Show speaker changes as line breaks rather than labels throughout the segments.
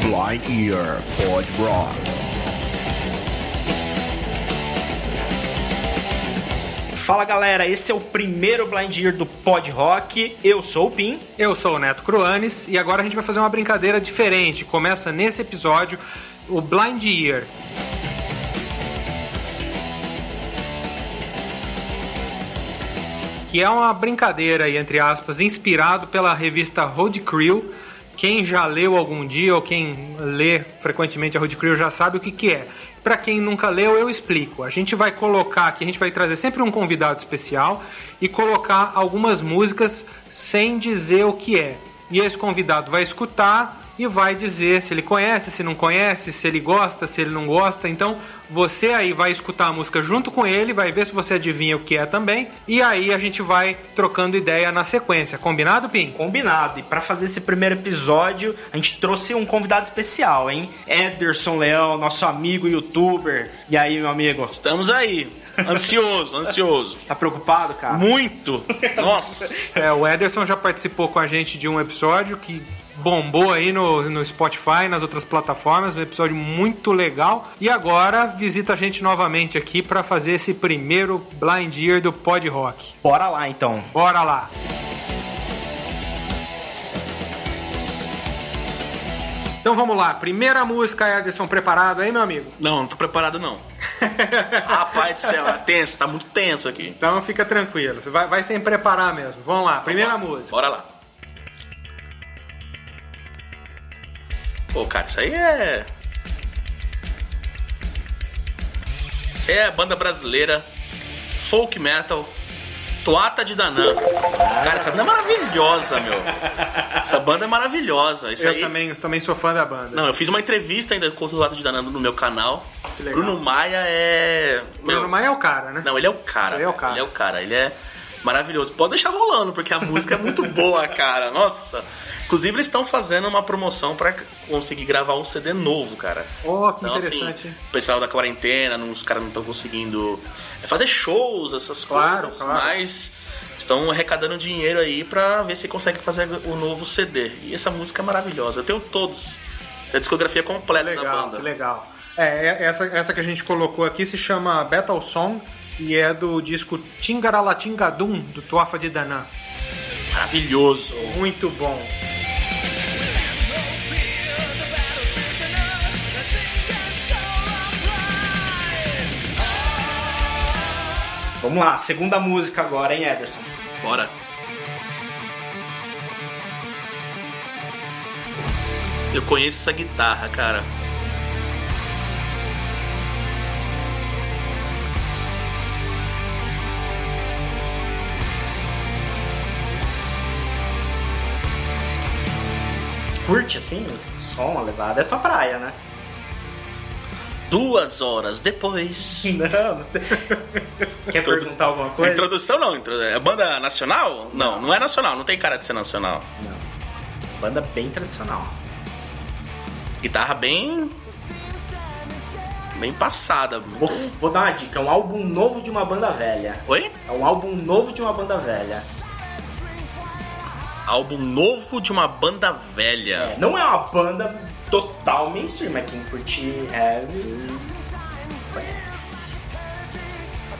Blind Ear Pod Rock.
Fala galera, esse é o primeiro Blind Ear do Pod Rock. Eu sou o Pim.
Eu sou o Neto Cruanes e agora a gente vai fazer uma brincadeira diferente. Começa nesse episódio o Blind Ear. Que é uma brincadeira aí, entre aspas, inspirado pela revista Road Crew. Quem já leu algum dia ou quem lê frequentemente a Road Crew já sabe o que, que é. Para quem nunca leu, eu explico. A gente vai colocar aqui, a gente vai trazer sempre um convidado especial e colocar algumas músicas sem dizer o que é. E esse convidado vai escutar e vai dizer se ele conhece, se não conhece, se ele gosta, se ele não gosta. Então você aí vai escutar a música junto com ele, vai ver se você adivinha o que é também. E aí a gente vai trocando ideia na sequência. Combinado, Pim?
Combinado. E pra fazer esse primeiro episódio, a gente trouxe um convidado especial, hein? Ederson Leão, nosso amigo youtuber. E aí, meu amigo,
Estamos aí. Ansioso, ansioso.
tá preocupado, cara?
Muito. Nossa.
É, o Ederson já participou com a gente de um episódio que bombou aí no, no Spotify, nas outras plataformas, um episódio muito legal. E agora visita a gente novamente aqui para fazer esse primeiro Blind Year do Pod Rock.
Bora lá então.
Bora lá! Então vamos lá, primeira música, Ederson, preparado aí, meu amigo?
Não, não tô preparado não. Rapaz do céu, é tenso, tá muito tenso aqui.
Então fica tranquilo, vai, vai sem preparar mesmo. Vamos lá, primeira música.
Bora lá. Pô, cara, isso aí é. Isso aí é a banda brasileira, folk metal, Toata de Danã. Cara, essa banda é maravilhosa, meu. Essa banda é maravilhosa. Isso
Eu
aí...
também, eu também sou fã da banda.
Não, eu fiz uma entrevista ainda com o Toata de Danã no meu canal.
Que legal.
Bruno Maia é.
Bruno
meu,
Maia é o cara, né?
Não, ele é o cara.
Ele é o
velho.
cara.
Ele é o cara. Ele é maravilhoso. Pode deixar rolando, porque a música é muito boa, cara. Nossa. Inclusive, eles estão fazendo uma promoção pra conseguir gravar um CD novo, cara.
Oh, que
Então,
interessante.
assim, o pessoal da quarentena, não- os caras não estão conseguindo é, fazer shows, essas
Claro,
coisas,
claro.
mas estão arrecadando dinheiro aí pra ver se consegue fazer o novo CD. E essa música é maravilhosa. Eu tenho todos. É a discografia completa da
legal,
banda.
que legal. É, é- essa, essa que a gente colocou aqui se chama Battle Song e é do disco Tingaralatingadum, do Tuafa de Danã.
Maravilhoso.
Muito bom.
Vamos lá, segunda música agora, hein, Ederson?
Bora. Eu conheço essa guitarra, cara.
Curte assim, som, a levada é tua praia, né?
Duas horas depois.
Não, não sei. Quer
Todo-
perguntar alguma coisa?
Introdução não, intro- é banda nacional? Não, não é nacional, não tem cara de ser nacional.
Não. Banda bem tradicional.
Guitarra bem. bem passada.
Vou, vou dar uma dica, é um álbum novo de uma banda velha.
Oi?
É um álbum novo de uma banda velha.
Álbum novo de uma banda velha.
É, não é uma banda total mainstream, mas quem curte heavy conhece.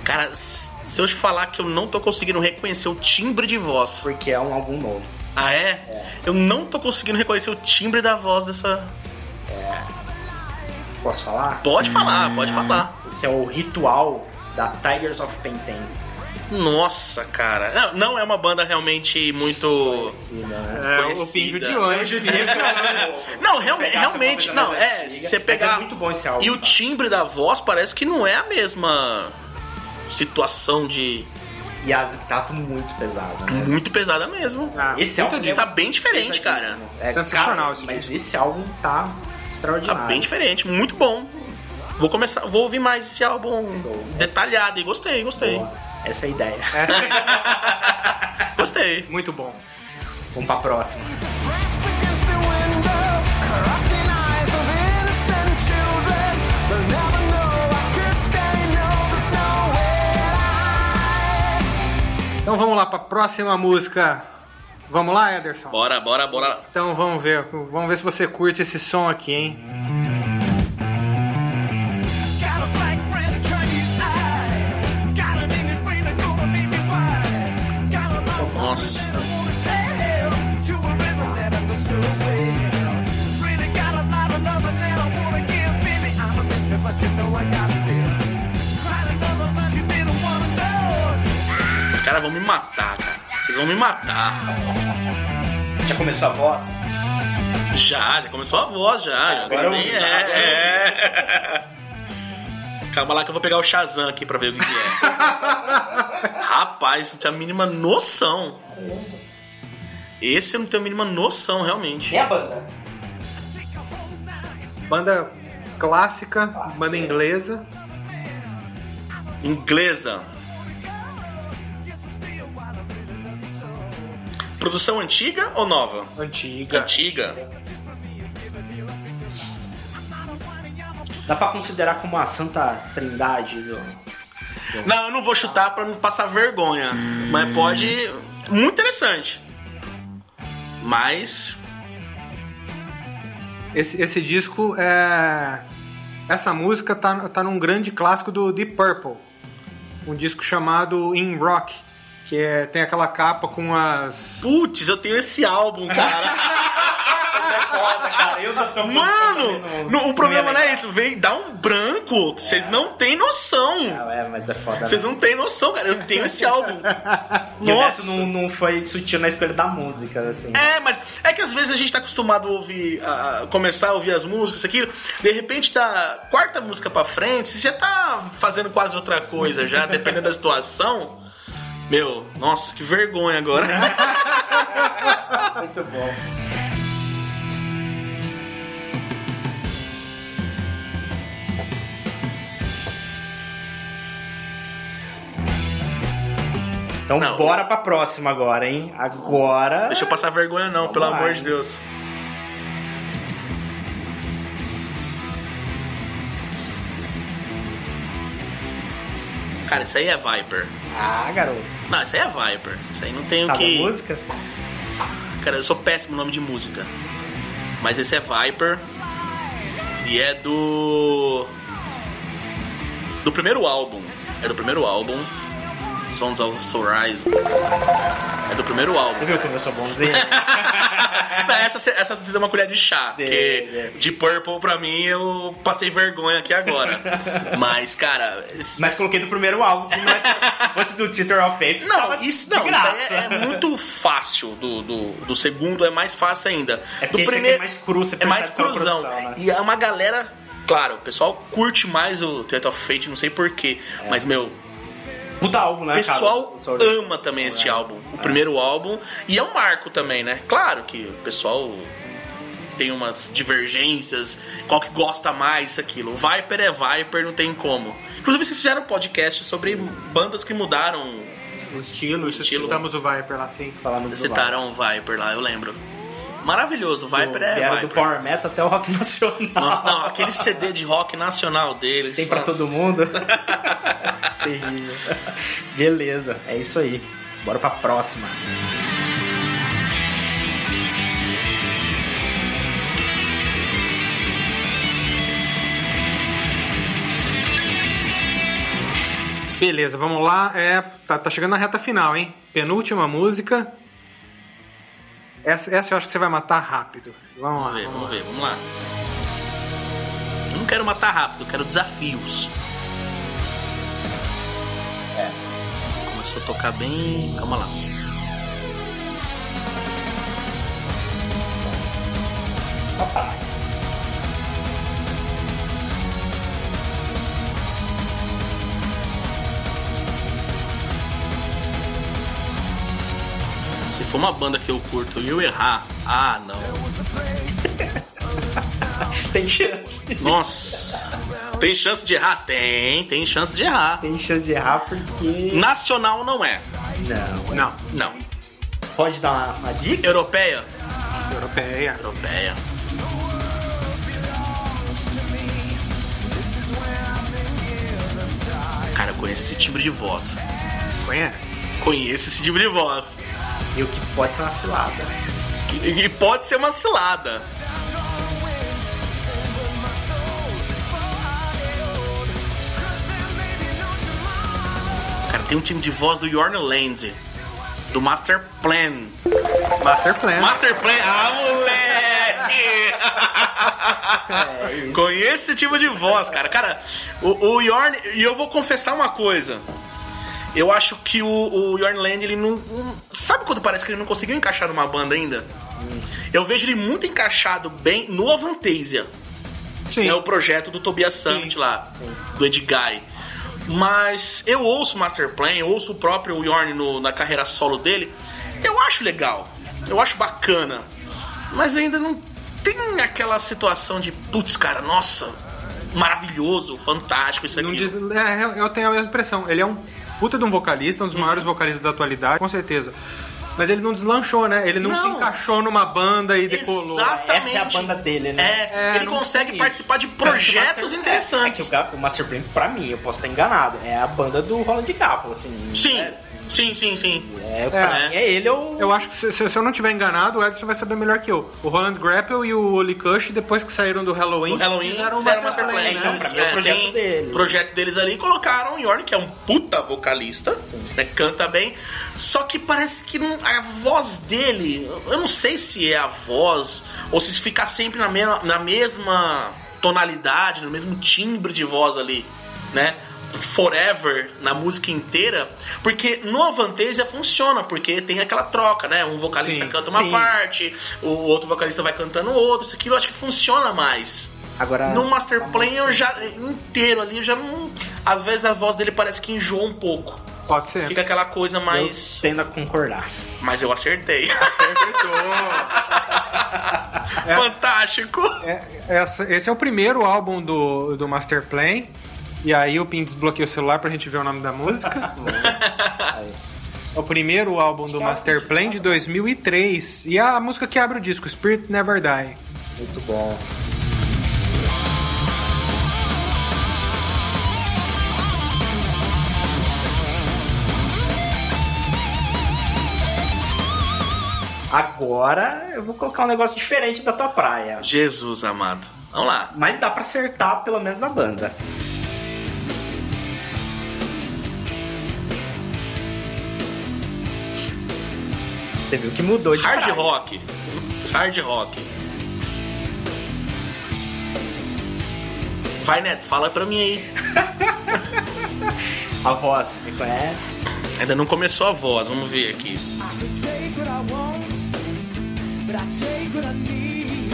Cara, s- se eu te falar que eu não tô conseguindo reconhecer o timbre de voz.
Porque é um álbum novo.
Ah, é? Eu não tô conseguindo reconhecer o timbre da voz dessa.
Posso falar?
Pode falar, pode falar.
Esse é o ritual da Tigers of Painting.
Nossa, cara. Não, não é uma banda realmente muito.
Conhecida, né?
É, o
Conhecida.
Pinjo de Anjo. né?
Não,
Pegar
realmente,
essa
É. realmente
coisa
não.
mais
É,
antiga,
se você
mas
pegar.
é muito bom esse álbum.
E o
tá?
timbre da voz parece que não é a mesma situação de.
E as tato muito pesado. né?
Muito pesada mesmo.
Ah,
Esse
muita
álbum
dica.
Tá bem diferente, cara.
é um Pesadíssimo.
Sensacional
cara,
esse
Mas esse álbum tá
Tá
extraordinário.
bem diferente, muito bom. Vou começar, vou ouvir mais esse álbum
Show.
detalhado e gostei, gostei.
Boa. Essa é a ideia.
Essa
Gostei.
é muito bom.
Vamos pra próxima.
Pressed against the window, corrupting eyes of innocent children. They'll never know I could they know there's no way.
Então vamos lá para a próxima música. Vamos lá, Ederson?
Bora, bora, bora.
Então vamos ver, vamos ver se você curte esse som aqui, hein?
Got a black breast, Chinese eyes. Got an English brain that's gonna make me wise. Got a mouth for a
Nossa.
little more to tell. To a rhythm that I know so well. Really got a lot of loving that I wanna give, baby. I'm a mystery, but you know I gotta live. Tried another, but you didn't wanna know.
Os caras vão me matar, cara. Vocês vão me matar.
Já começou a voz?
Já, já começou a voz, já.
Agora
já nem
eu-
é, é. Calma lá que eu vou pegar o Shazam aqui pra ver o que, que é. Rapaz, não tem a mínima noção. Esse eu não tenho a mínima noção, realmente.
Nem é a banda.
Banda clássica, banda inglesa.
Inglesa. Produção antiga ou nova?
Antiga.
Antiga.
Dá pra considerar como a santa trindade, viu?
Não, eu não vou chutar pra não passar vergonha. Mas pode. Muito interessante. Mas.
Esse, esse disco é. Essa música tá, tá num grande clássico do Deep Purple. Um disco chamado In Rock, que é, tem aquela capa com as.
Putz, eu tenho esse álbum, cara.
eu não tô
Mano, no- o problema não é isso. Vem, dá um branco. Vocês não têm noção.
Não, é, mas é foda.
Vocês não têm noção, cara. Eu tenho esse álbum.
E o resto
Nossa.
não, não foi sutil na escolha da música, assim.
É, mas é que às vezes a gente tá acostumado a ouvir, a a começar a ouvir as músicas, isso, aquilo, de repente da quarta música pra frente, você já tá fazendo quase outra coisa já, dependendo da situação. Meu, nossa, que vergonha agora.
Muito bom. Então
Não.
bora pra próxima agora, hein? Agora.
Deixa eu passar vergonha não, pelo
lá,
amor
hein.
de Deus. Cara, isso aí é Viper.
Ah, garoto.
Não, isso aí é Viper. Isso aí não tem o
Sabe
que.
a música?
Cara, eu sou péssimo no nome de música. Mas esse é Viper. E é do. Do primeiro álbum. É do primeiro álbum. Sons of Sunrise. É do primeiro álbum.
Você viu como eu sou bonzinho?
Não, essa você- essa você deu uma colher de chá. Porque de Purple pra mim eu passei vergonha aqui agora. Mas, cara. esse-
Mas coloquei do primeiro álbum, que não é... se fosse do Teacher of Fate.
Não,
tava
isso
de
não. Isso
graça.
aí é, é muito fácil. Do, do, do segundo é mais fácil ainda.
É
do
porque esse aqui é mais cru, você
é mais
percebe pela
cruzão.
produção, né?
E é uma galera. Claro, o pessoal curte mais o Theater of Fate, não sei porquê.
É.
Mas, meu,
Puta álbum, né,
o pessoal
cara? Sou-
ama também
sou-
este álbum.
É.
O primeiro álbum. E é um marco também, né? Claro que o pessoal tem umas divergências. Qual que gosta mais aquilo? O Viper é Viper, não tem como. Inclusive, vocês fizeram um podcast sobre bandas que mudaram.
O estilo,
O
isso
estilo. tá
citamos o Viper lá, sim.
Falamos assim, do
Citaram o Viper lá, eu lembro. Maravilhoso, o Viper
Do-
é
que era do
Viper.
Power Metal até o Rock Nacional.
Nossa, não, aquele CD de rock nacional deles.
Tem pra
nossa.
todo mundo. Terrível. Beleza, é isso aí. Bora pra próxima.
Beleza, vamos lá. É, tá, tá chegando na reta final, hein? Penúltima música. Essa, essa eu acho que você vai matar rápido. Vamos lá.
Vamos ver,
vamos lá.
vamos ver, vamos lá. Eu não quero matar rápido, eu quero desafios. Começou a tocar bem. Calma lá. Se for uma banda que eu curto e eu errar, ah não.
Tem chance.
Nossa! Tem chance de errar? Tem, tem chance de errar.
Tem chance de errar porque.
Nacional não é.
Não.
Não,
Não.
Pode dar uma, uma dica?
Europeia?
europeia.
Europeia. Cara, eu conheço esse timbre de voz.
Conhece?
tipo Conheço esse timbre de tipo voz.
E o que pode ser uma cilada.
E e pode ser uma cilada. Cara, tem um time de voz do Yorn Land. Do Master Plan.
Master Plan.
Master Plan. Ah, moleque! Conheço esse tipo de voz, cara. Cara, o, o Yorn. E eu vou confessar uma coisa. Eu acho que o, o Yorn Land, ele não, não- Sabe quando parece que ele não conseguiu encaixar numa banda ainda? Eu vejo ele muito encaixado bem no Avantasia.
Sim.
É o projeto do Tobias Summit lá, do Edguy. Mas eu ouço o Master Plan, eu ouço o próprio Yorn no- na carreira solo dele. Eu acho legal, eu acho bacana. Mas ainda não tem aquela situação de, putz, cara, nossa, maravilhoso, fantástico, isso
Não
aqui.
diz- é, eu- eu tenho a mesma impressão. Ele é um puta de um vocalista, um
Uhum.
dos maiores vocalistas da atualidade, com certeza. Mas ele não deslanchou, né? Ele não,
Não.
se encaixou numa banda e decolou.
Exatamente.
Essa é a banda dele, né?
É,
É,
ele
não
consegue
tem
participar de projetos interessantes.
É, que o, Gap- o Master Plan, pra mim, eu posso estar enganado, é a banda do Roland Capo, assim.
Sim,
É,
sim, sim, sim.
é, pra
É.
mim, é ele ou...
Eu acho que se, se- se eu não tiver enganado, o Edson vai saber melhor que eu. O Roland Grapple e o Oli Cush, depois que saíram do Halloween,
O Halloween
fizeram
fizeram um
o
uma
Master Plan,
Plan, então,
né?
pra mim, é o projeto deles.
projeto deles ali colocaram o Yorn, que é um puta vocalista, né, canta bem. Só que parece que não- a voz dele, eu não sei se é a voz ou se ficar sempre na mesma, na mesma tonalidade, no mesmo timbre de voz ali, né? Forever na música inteira, porque no Avantasia funciona, porque tem aquela troca, né? Um vocalista
Sim,
canta uma
sim.
parte, o outro vocalista vai cantando outro, isso aquilo eu acho que funciona mais.
Agora,
No Master Plan eu já inteiro ali, eu já não. Às vezes a voz dele parece que enjoa um pouco.
Pode ser.
Fica aquela coisa
eu
mais.
tendo a concordar.
Mas eu acertei.
É.
Fantástico!
É, essa- esse é o primeiro álbum do, do Master Plan. E aí o Pim desbloqueou o celular pra gente ver o nome da música.
Aí.
É o primeiro álbum do Master Plan de 2003. E a música que abre o disco, Spirit Never Die.
Muito bom. Agora eu vou colocar um negócio diferente da tua praia.
Jesus amado. Vamos lá.
Mas dá pra acertar pelo menos a banda. Você viu que mudou de
Hard
praia.
rock. Hard rock. Vai, Neto, fala pra mim aí.
A voz, reconhece?
Ainda não começou a voz, vamos ver aqui.
I can take what I want, but I take what I need.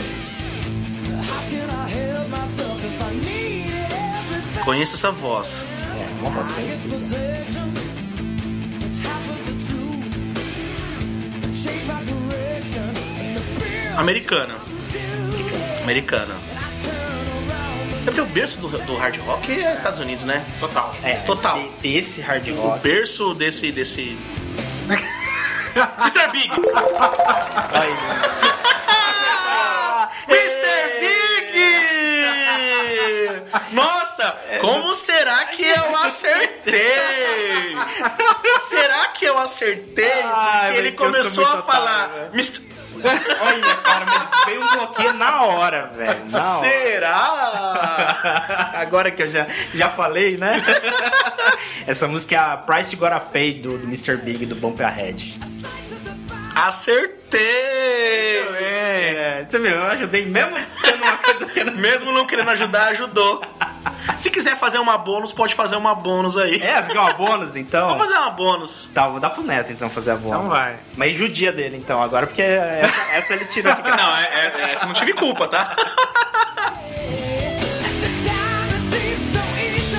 How can I help myself if I need everything?
Conheço essa voz.
É, uma voz
I get
conhecida.
possession, but half of the truth. Change my direction, and the bill
Americana.
due,
Americana.
and I turn around.
É porque o berço do, do hard rock é Estados Unidos, né? Total.
É,
Total.
de- desse hard
O
rock.
berço desse. desse. Mr. Big!
Aí,
Mr. Big! Nossa, como será que eu acertei? Será que eu acertei?
Ai,
Porque ele
velho, que eu sou
começou
muito
a falar.
otário,
Mr.
Olha, cara, mas veio um bloqueio na hora, velho. Na hora.
Será?
Agora que eu já, já falei, né? Essa música é a Price Gotta Pay do, do Mr. Big do Bump Ahead.
Acertei!
É, você viu, eu ajudei mesmo sendo uma coisa que eu não...
Mesmo não querendo ajudar, ajudou. Se quiser fazer uma bônus, pode fazer uma bônus aí.
É, você quer uma bônus, então?
Vamos fazer uma bônus.
Tá, vou dar pro Neto, então, fazer a bônus.
Então vai.
Mas judia dele, então, agora, porque essa, essa ele tirou. Porque...
Não, é, é, é, não tive culpa, tá?
At the time it seems so easy,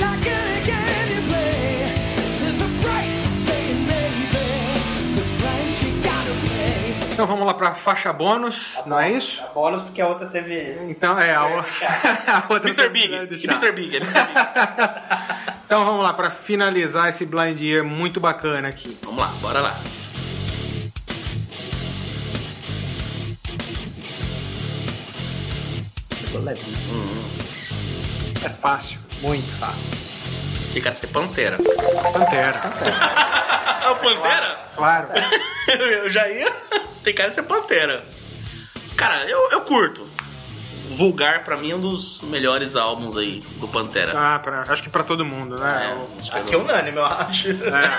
like any game you play. There's a price for saying maybe, the price you gotta pay.
Então vamos lá pra faixa bônus, não é isso?
A bônus, porque a outra teve... um
Então é a, o- a outra.
Mr. Big.
possibilidade do chá.
Mr. Big. é Mr. Big.
Então vamos lá pra finalizar esse blind year muito bacana aqui.
Vamos lá, bora lá.
Ficou levíssimo.
É fácil.
Muito fácil.
E cara, você é Pantera.
Pantera.
Ah, Pantera?
Claro.
Eu já ia. Tem cara de ser pantera. Cara, eu, eu curto. Vulgar, pra mim, é um dos melhores álbuns aí do Pantera.
Ah, pra- acho que pra todo mundo, né? O-
acho que eu
Aqui é unânime, eu acho.
é,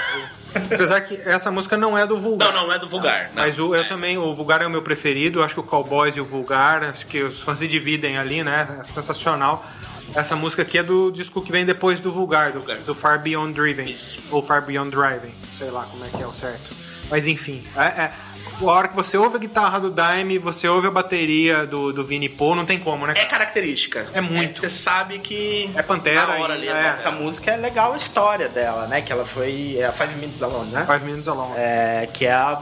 o- apesar que essa música não é do Vulgar.
Não, não, não é do Vulgar. não.
Mas o,
É.
eu também, o Vulgar é o meu preferido, acho que o Cowboys e o Vulgar, acho que os fãs se dividem ali, né? É sensacional. Essa música aqui é do disco que vem depois do Vulgar, do, do Far Beyond Driven.
Isso.
Ou Far Beyond Driving, sei lá como é que é o certo. Mas enfim, é, é, a hora que você ouve a guitarra do Dime, você ouve a bateria do, do Vini Paul, não tem como, né?
É
cara?
característica.
É muito.
Você sabe que.
É Pantera
Na hora
e-
ali,
é.
pantera.
Essa música é legal a história dela, né? Que ela foi. É a Five Minutes Alone, né?
Five Minutes Alone.
É, que é a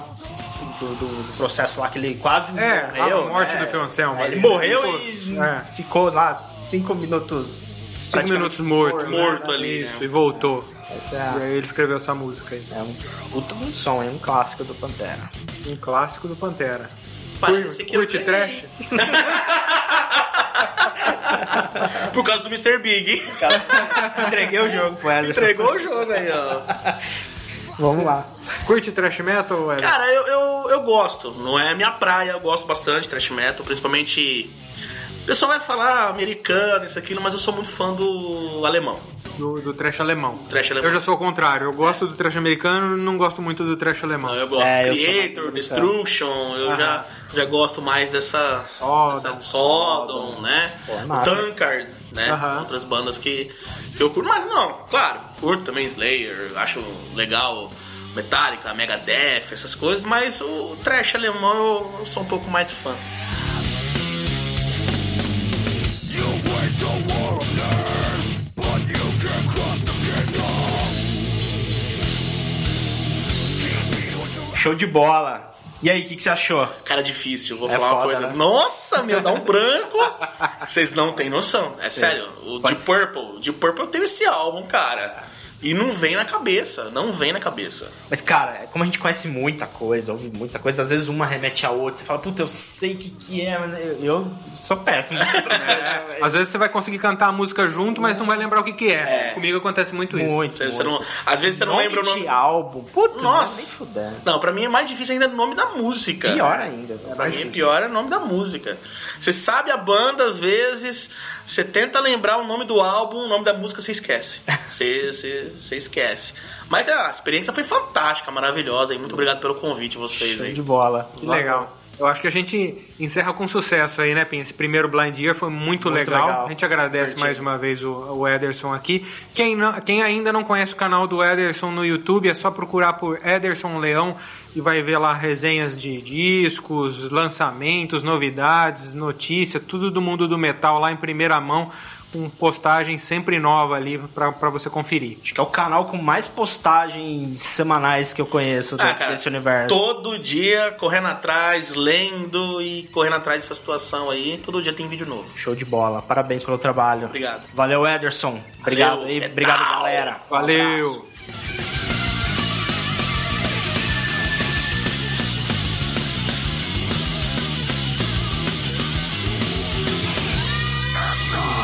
do, do- do processo lá que ele quase
É, a
morreu.
morte
né?
do Phil Anselmo
Aí
ali.
Ele morreu e
Ficou- é.
ficou lá cinco minutos.
Cinco minutos morto. né?
morto ali,
Isso,
né?
e voltou.
Esse
E
é,
aí ele escreveu essa música aí.
é um puta de um som, é um clássico do Pantera.
Um clássico do Pantera.
Parece que eu
Curte
ganhei.
trash?
Por causa do Mr. Big.
Entreguei o jogo pro Ederson.
Entregou o jogo aí, ó.
Vamos lá.
Curte trash metal, Eric?
Cara, eu, eu, eu gosto. Não é a minha praia, eu gosto bastante de thrash metal, principalmente. O pessoal vai falar americano, isso aquilo, mas eu sou muito fã do alemão.
do, do trash alemão.
Trash alemão.
Eu já sou o contrário. Eu gosto do trash americano, não gosto muito do trash alemão.
Não, eu gosto
É,
do
eu sou
Creator,
muito
Destruction, eu já, já gosto mais dessa
Sodom.
dessa Sodom, né?
é
o
massa.
Tankard, né?
Aham.
Outras bandas que, que eu curto, mas não, claro, curto também Slayer, acho legal Metallica, Megadeth, essas coisas, mas o trash alemão eu, eu sou um pouco mais fã.
Show de bola. E aí, o que, que você achou?
Cara, difícil, vou
É
falar uma
foda,
coisa.
né?
Nossa, meu, dá um branco. Vocês não têm noção. É sério. O
Pode
Deep Purple. O Deep Purple eu tenho esse álbum, cara. E não vem na cabeça. Não vem na cabeça.
Mas, cara, é como a gente conhece muita coisa, ouve muita coisa, às vezes uma remete à outra, você fala, puta, eu sei o que, que é, mas eu, eu sou péssimo. nessas coisas,
É,
né?
Às vezes você vai conseguir cantar a música junto, mas não vai lembrar o que, que é.
É.
Comigo acontece muito,
Muito, muito.
Você,
é
você não, às vezes você não lembra o
de
nome.
álbum. Puta,
Nossa.
Nossa. nem fudendo.
Não, pra mim é mais difícil ainda o nome da música.
Pior ainda. velho.
Pra mim, pior é o nome da música. Você sabe a banda, às vezes, você tenta lembrar o nome do álbum, o nome da música você esquece. Você, você, você esquece. Mas é, a experiência foi fantástica, maravilhosa. E muito obrigado pelo convite, vocês
Show
aí.
de bola.
isso. Que legal. Eu acho que a gente encerra com sucesso aí, né, Pin? Esse primeiro Blind Year foi muito,
Muito
legal.
legal.
A gente agradece
Divertido.
mais uma vez o, o Ederson aqui. Quem, não- quem ainda não conhece o canal do Ederson no YouTube, é só procurar por Ederson Leão e vai ver lá resenhas de discos, lançamentos, novidades, notícias, tudo do mundo do metal lá em primeira mão, com postagem sempre nova ali para você conferir.
Acho que é o canal com mais postagens semanais que eu conheço
Ah,
dentro
cara,
desse universo.
Todo dia correndo atrás, lendo e correndo atrás dessa situação aí. Todo dia tem vídeo novo.
Show de bola. Parabéns pelo trabalho.
Obrigado. é
Valeu, Ederson. Obrigado aí.
metal.
Obrigado, galera. Um
Valeu!
abraço.
Stop!